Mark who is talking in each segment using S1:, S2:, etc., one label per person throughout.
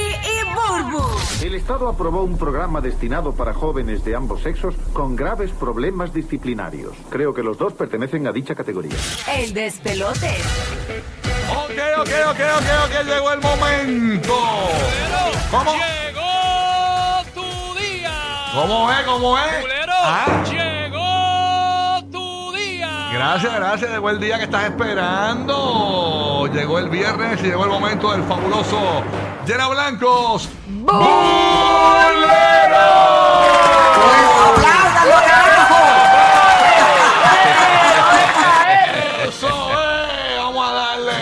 S1: y Burbu,
S2: El Estado aprobó un programa destinado para jóvenes de ambos sexos con graves problemas disciplinarios. Creo que los dos pertenecen a dicha categoría.
S1: el despelote.
S3: Ok, ok, ok, ok, ok, llegó el momento. ¿Cómo?
S4: Llegó tu día.
S3: ¿Cómo es? ¿Cómo es?
S4: Culero.
S3: Ah,
S4: Llegó tu día.
S3: gracias, gracias. Llegó el día que estás esperando. Llegó el viernes y llegó el momento del fabuloso Llena Blancos. ¡Bolero!
S1: ¡Apláudalo, carajo!
S3: ¡Eso es! ¡Vamos a darle!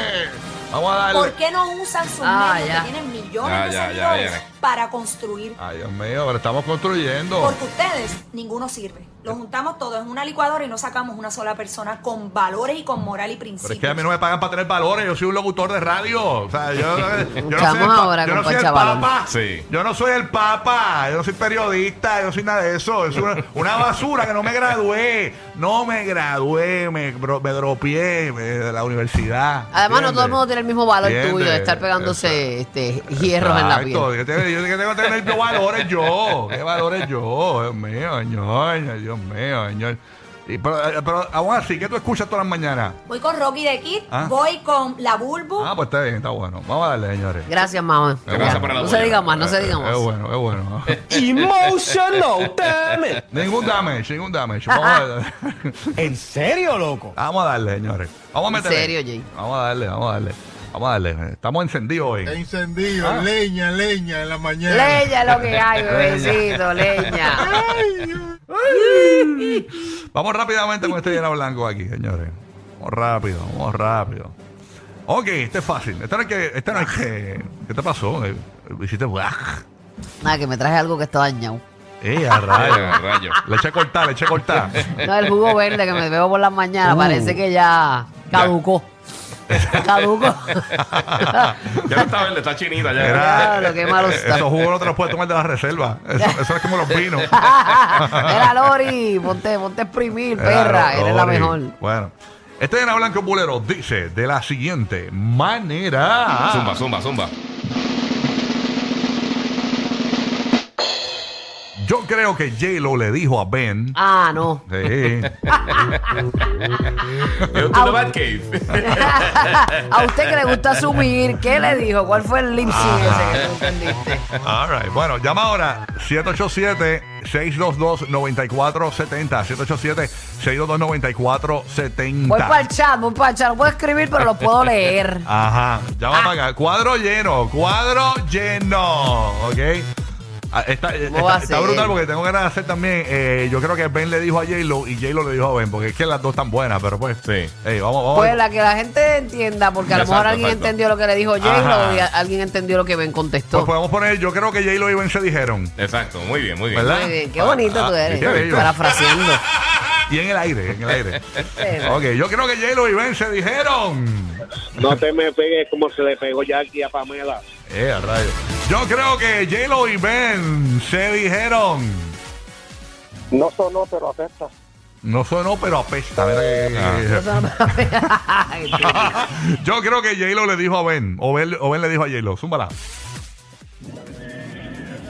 S3: ¡Vamos a
S5: ¿Por
S3: darle!
S5: qué no usan sus
S1: Ah,
S5: medios
S1: ya.
S5: que tienen millones
S3: Ah, Ya,
S5: de
S3: ya, ya
S5: seguidores
S3: viene. Ah.
S5: para construir?
S3: Ay, Dios mío, pero estamos construyendo.
S5: Porque ustedes, ninguno sirve. Lo juntamos todo en una licuadora y no sacamos una sola persona con valores y con moral y
S3: Pero
S5: principios.
S3: es que a mí no me
S6: pues.
S3: pagan para tener valores, yo soy un locutor de radio. O sea, yo, yo no soy
S6: Estamos
S3: el, pa-
S6: ahora
S3: yo
S6: con
S3: no soy el
S6: Pancha Valor.
S3: papa.
S7: Sí.
S3: Yo no soy el papa, yo no soy periodista, yo no soy nada de eso. Yo soy una, una basura que no me gradué. No me gradué, me, bro- me dropié me- de la universidad.
S6: Además, no todo el
S3: ¿entiendes?
S6: mundo tiene el mismo valor
S3: ¿Entiendes?
S6: tuyo de estar pegándose este, hierros en la piel.
S3: Exacto, Yo tengo, yo tengo que tener yo valores yo. ¿Qué valores yo? Dios mío, señor. Dios mío, señor. Y, pero, eh, pero aún así, ¿qué tú escuchas todas las mañanas?
S5: Voy con Rocky de Kid,
S3: Ah.
S5: voy con la Bulbu.
S3: Ah, pues está bien, está bueno. Vamos a darle, señores.
S6: Gracias, mamá.
S7: Gracias
S6: Ya.
S7: por el
S6: No
S7: apoyo.
S6: se diga más, no se
S3: Eh,
S6: diga
S3: Es
S6: más.
S3: bueno, es bueno.
S8: Emotional, damn it.
S3: ningún damage, ningún damage. Vamos a darle,
S8: ¿En serio, loco?
S3: vamos a darle señores. Vamos a
S6: En
S3: meterle.
S6: serio, Jay.
S3: Vamos a darle, vamos a darle. Vamos a darle. Estamos encendidos hoy.
S7: encendido, leña, leña en la mañana.
S6: Leña lo que hay, bebecito, leña.
S3: Vamos rápidamente con este lleno blanco aquí, señores. Vamos rápido, vamos rápido. Ok, este es fácil. Este no hay que. Este no hay que ¿Qué te pasó? Eh, Hiciste.
S6: Nada, que me traje algo que está dañado.
S3: ¡Eh, a rayo!
S7: rayo.
S3: Le eché a cortar, le eché a cortar.
S6: No, el jugo verde que me bebo por las
S3: Uh.
S6: mañanas parece que ya caducó. Caducó.
S7: ya no está verde, está chinita ya.
S3: Era,
S6: Diablo, qué malo
S3: eh,
S6: está.
S3: Esos jugos no te los puedes tomar de la reserva. Eso, eso es como los vinos.
S6: Era Lori, ponte, ponte a exprimir, perra.
S3: Claro,
S6: Eres la
S3: Lori.
S6: mejor.
S3: Bueno. Este Ana Blanco Bulero dice de la siguiente manera.
S7: Zumba, zumba, zumba.
S3: Yo creo que J-Lo le dijo a Ben.
S6: Ah, no.
S3: Sí.
S7: Yo to the Batcave.
S6: a usted que le gusta subir, ¿qué le dijo? ¿Cuál fue el lip sync ese que tú entendiste?
S3: All right. Bueno, llama ahora 787-622-9470. 787-622-9470.
S6: Voy para el chat, voy para el chat. Lo puedo escribir, pero lo puedo leer.
S3: Ah, Ajá, llama
S6: Ah.
S3: para acá. Cuadro lleno, cuadro lleno. ¿Ok? Ah, Está,
S6: ¿Cómo va
S3: está, está
S6: a ser?
S3: brutal porque tengo ganas de hacer también. eh, yo creo que Ben le dijo a J-Lo y J-Lo le dijo a Ben, porque es que las dos están buenas, pero pues.
S7: Sí.
S3: Ey, vamos, vamos.
S6: Pues la que la gente entienda, porque a lo mejor
S7: Exacto,
S6: alguien
S7: exacto.
S6: entendió lo que le dijo
S3: Ajá.
S6: J-Lo y a- alguien entendió lo que Ben
S3: Pues
S6: contestó.
S3: podemos poner, yo creo que J-Lo y Ben se dijeron.
S7: Exacto, muy bien, muy bien.
S3: ¿Verdad?
S6: Muy bien, qué bonito
S3: Ah,
S6: tú
S3: ah,
S6: eres.
S3: qué bello.
S6: Parafraseando.
S3: Y en el aire, en el aire.
S6: Sí.
S3: ok, yo creo que J-Lo y Ben se dijeron.
S9: No te me pegues como se le pegó Jackie a Pamela.
S3: Eh, a rayos. Yo creo que J-Lo y Ben se dijeron.
S9: No sonó, pero afecta.
S3: No sonó, pero apesta. Mira que-
S7: Ah.
S6: No se me Ay, tío.
S3: Ah, Yo creo que J-Lo le dijo a Ben, o Ben, o Ben le dijo a J-Lo, zúmbala.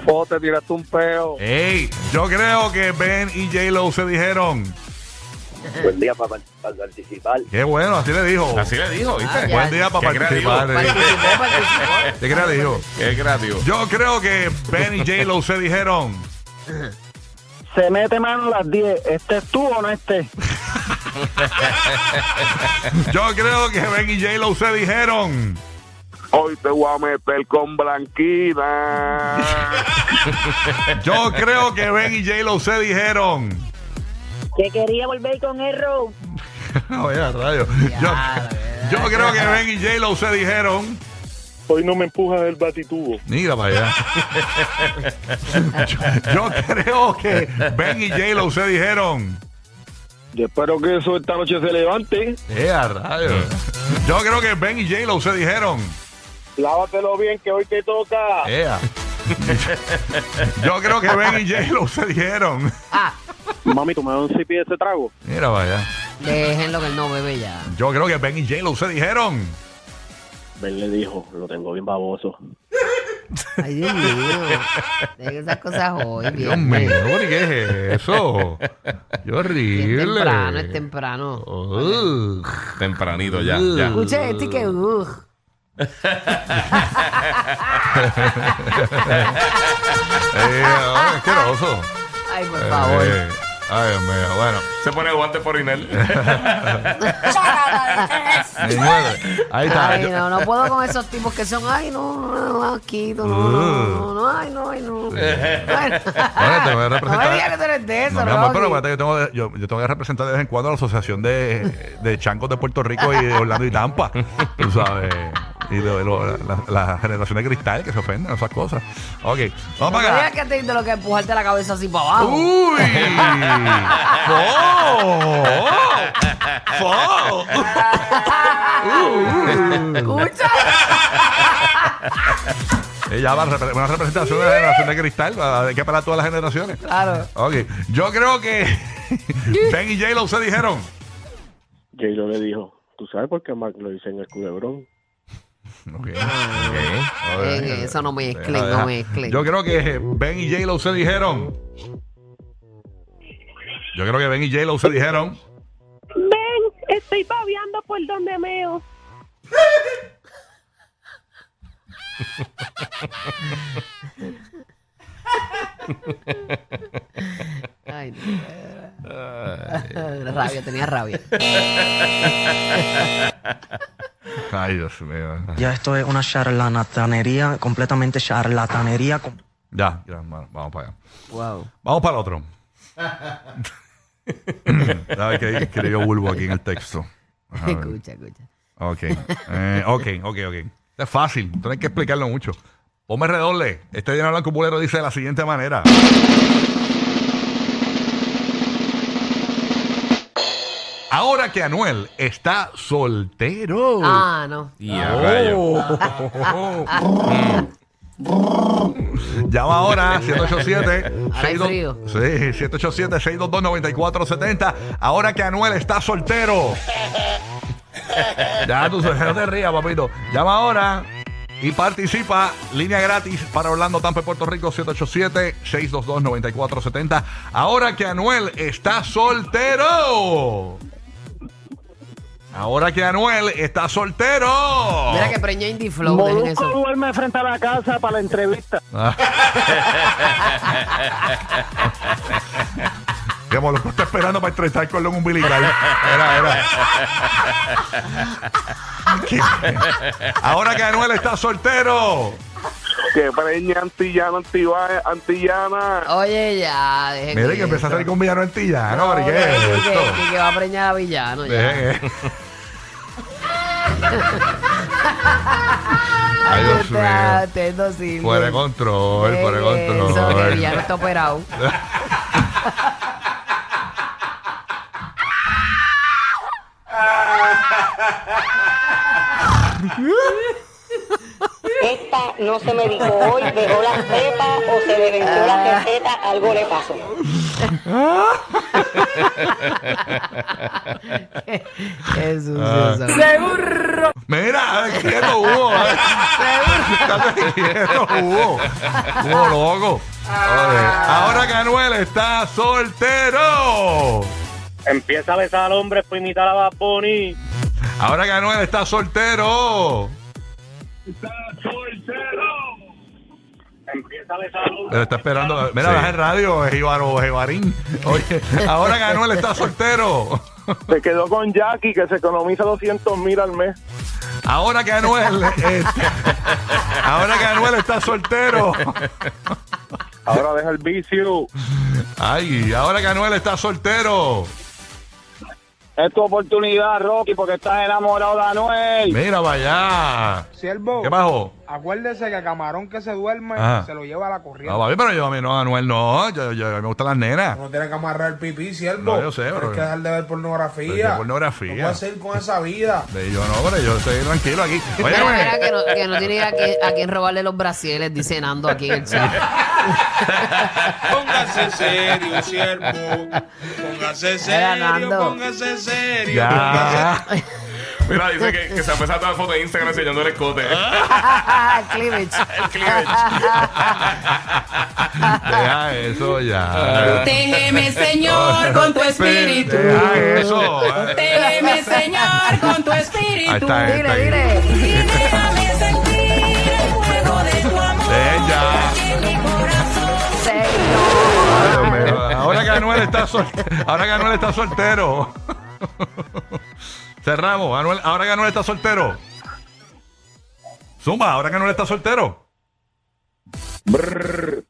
S9: O Oh, te tiraste un peo.
S3: Ey, yo creo que Ben y J-Lo se dijeron,
S9: Ah. Buen día para, para participar.
S3: Qué bueno, así le dijo.
S7: Así le dijo, ¿viste?
S3: Ah, ya. Buen día para
S7: Qué creativo.
S3: participar, le dijo. ¿Qué crees, le dijo?
S7: Qué creativo.
S3: Yo creo que Ben y J-Lo se dijeron.
S9: Se mete mano a las 10. ¿Este es tú o no este?
S3: Yo creo que Ben y J-Lo se dijeron.
S9: Hoy te voy a meter con Blanquina.
S3: Yo creo que Ben y J-Lo se dijeron.
S10: Que quería volver con Erro.
S3: Oye, radio. Yo, yo creo que Ben y J-Lo se dijeron.
S9: Hoy no me empujas el batitubo.
S3: Mira para allá. yo, yo creo que Ben y J-Lo se dijeron.
S9: Yo espero que eso esta noche se levante.
S3: Ea, radio. Yo creo que Ben y J-Lo se dijeron.
S9: Lávatelo bien que hoy te toca.
S3: Ea. Yo creo que Ben y J-Lo se dijeron.
S9: Mami, tú me das un sipi de ese trago.
S3: Mira para allá.
S6: Déjenlo que él no bebe ya.
S3: Yo creo que Ben y J-Lo se dijeron.
S9: Ben le dijo, lo tengo bien baboso.
S6: Ay, Dios mío. Dejen esas cosas hoy.
S3: Dios
S6: bien.
S3: mío, ¿qué es eso? Qué
S6: Es
S3: horrible.
S6: temprano, este es temprano.
S3: Ugh.
S7: Tempranito ya. ya.
S11: Mm.
S6: Escuche este que.
S3: Mm.
S6: ugh.
S3: Eh, ay, asqueroso.
S6: Ay, por favor.
S3: Eh, ay, Dios mío, bueno.
S7: Se pone guante por Inel.
S3: pues. Señores, ahí está.
S6: Ay,
S3: Yo-
S6: no, no puedo con esos tipos que son. Ay, no, no, no, quito, no, no, no, no, ay, no, ay, no. Bueno,
S3: Ahora Mm. te voy a representar.
S6: No me digas que tú eres de eso,
S3: No, mi amor,
S6: Rocky.
S3: pero acuérdate que yo tengo, de- yo, yo tengo que representar de vez en cuando a la Asociación de, de Chancos de Puerto Rico y de Orlando y Tampa. Tú sabes. Y lo- lo- la- la- las generaciones de cristal que se ofenden, esas cosas. Ok,
S6: No
S3: vamos
S6: me
S3: para
S6: digas
S3: acá.
S6: que te de lo que empujarte la cabeza así para abajo.
S3: ¡Uy! ¡Fo! ¡Fo!
S6: Escucha.
S3: Ella va a repre- una representación de la generación de cristal. va- Hay que para todas las generaciones.
S6: Claro.
S3: Ok, yo creo que Ben y J-Lo se dijeron.
S9: J-Lo le dijo, ¿tú sabes por qué Mac lo dice en el culebrón?
S3: Ok.
S6: Eh, eh, eso no
S3: Deja,
S6: mezclen,
S3: deja.
S6: no mezclen.
S3: Yo creo que Ben y J-Lo se dijeron. Yo creo que Ben y J-Lo se dijeron.
S10: Ven, estoy babeando por donde meo.
S6: Ay, no. rabia, tenía rabia.
S3: Ay, Dios mío.
S12: Ya esto es una charlatanería, completamente charlatanería.
S3: Ya, ya, bueno, vamos para allá.
S6: Wow.
S3: Vamos para el otro. ¿Sabes qué escribió Bulbo aquí en el texto? Ajá, a ver.
S6: Escucha, escucha.
S3: Ok. Eh, ok, ok, ok. Esto Es fácil, no hay que explicarlo mucho. Ponme redoble. Este Diana Blanco Bulero dice de la siguiente manera. Ahora que Anuel está soltero.
S6: Ah, no.
S7: Y a rayo.
S6: Oh.
S3: Mm. Llama ahora 787
S6: Ahora hay
S3: 62
S6: frío.
S3: Sí, 787 622 9470. Ahora que Anuel está soltero. ya tú sabes, no te rías, papito. Llama ahora y participa. Línea gratis para Orlando Tampa y Puerto Rico 787 622 9470. Ahora que Anuel está soltero. Ahora que Anuel está soltero.
S6: Mira que preñó Indie Flow, dejen eso.
S9: duerme frente a la casa para la entrevista.
S3: Digamos, lo que está esperando para entrevistar con un umbilical. Era, era. ¿Qué? Ahora que Anuel está soltero.
S9: Que preña antillana, antiva- antillana.
S6: Oye, ya, dejen
S3: Mire que empezó a salir con Villano Antilla. No, ¿por qué es
S6: que,
S3: esto?
S6: que- que va a preñar a villano ya.
S3: Dejen eso. Ay, Dios
S6: Ah,
S3: mío.
S6: ustedes dos sirven.
S3: Fuera de control, fuera de
S6: Dejen eso, que villano
S3: control.
S6: está operado.
S10: Esta no se me dijo hoy, dejó las pepas o se le venció la
S6: Ah.
S10: receta, algo le pasó.
S6: Qué sucio son.
S1: Seguro.
S3: Mira, quieto Hugo. eh. Estate quieto Hugo. Hugo loco. Ahora que Anuel está soltero.
S9: Empieza a besar al hombre para imitar a Bad Bunny.
S3: Ahora que Anuel está soltero.
S9: Empieza a besar al hombre.
S3: Pero está esperando. Mira, baja el radio, Jíbaro Jibarín. Oye, ahora que Anuel está soltero.
S9: Se quedó con Jackie, que se economiza 200 mil al mes.
S3: Ahora que Anuel. este, ahora que Anuel está soltero.
S9: Ahora deja el vicio.
S3: Ay, ahora que Anuel está soltero.
S9: Es tu oportunidad, Rocky, porque estás enamorado de Anuel.
S3: Mira, vaya.
S8: Siervo,
S3: ¿Qué bajó?
S8: acuérdese que camarón que se duerme
S3: Ajá.
S8: se lo lleva a la corriente.
S3: No, papi, pero yo a mí no, Anuel no. Yo, yo- a mí me gustan las nenas.
S8: No tiene que amarrar el pipí, siervo.
S3: Ah, No, yo sé,
S8: Tienes
S3: bro.
S8: que dejar de ver
S3: Pero
S8: pornografía.
S3: qué pornografía.
S8: No puedes seguir con esa vida.
S3: Y yo no, pero yo estoy tranquilo aquí. Oye,
S6: Mira, mira, que no, que no tiene a quién, a quién robarle los brasiles, dice Nando aquí en el chat.
S13: Póngase serio, siervo. Póngase
S6: Era
S13: serio,
S6: Nando.
S13: póngase serio.
S7: Ya. Mira, dice que, que se ha pasado toda la foto de Instagram enseñando el escote.
S6: Cleavage.
S3: Deja eso ya.
S1: Déjeme, Señor, con tu espíritu.
S3: Deja eso.
S1: Téleme, Señor, con tu espíritu.
S3: Ahí está, ahí está.
S1: dile. Y déjame sentir el fuego de tu amor.
S3: Deja ya. Ay, Dios mío. Ahora que Anuel está soltero. Ahora que Anuel está soltero. Cerramos. Anuel, ahora que Anuel está soltero. Zumba, ahora que Anuel está soltero.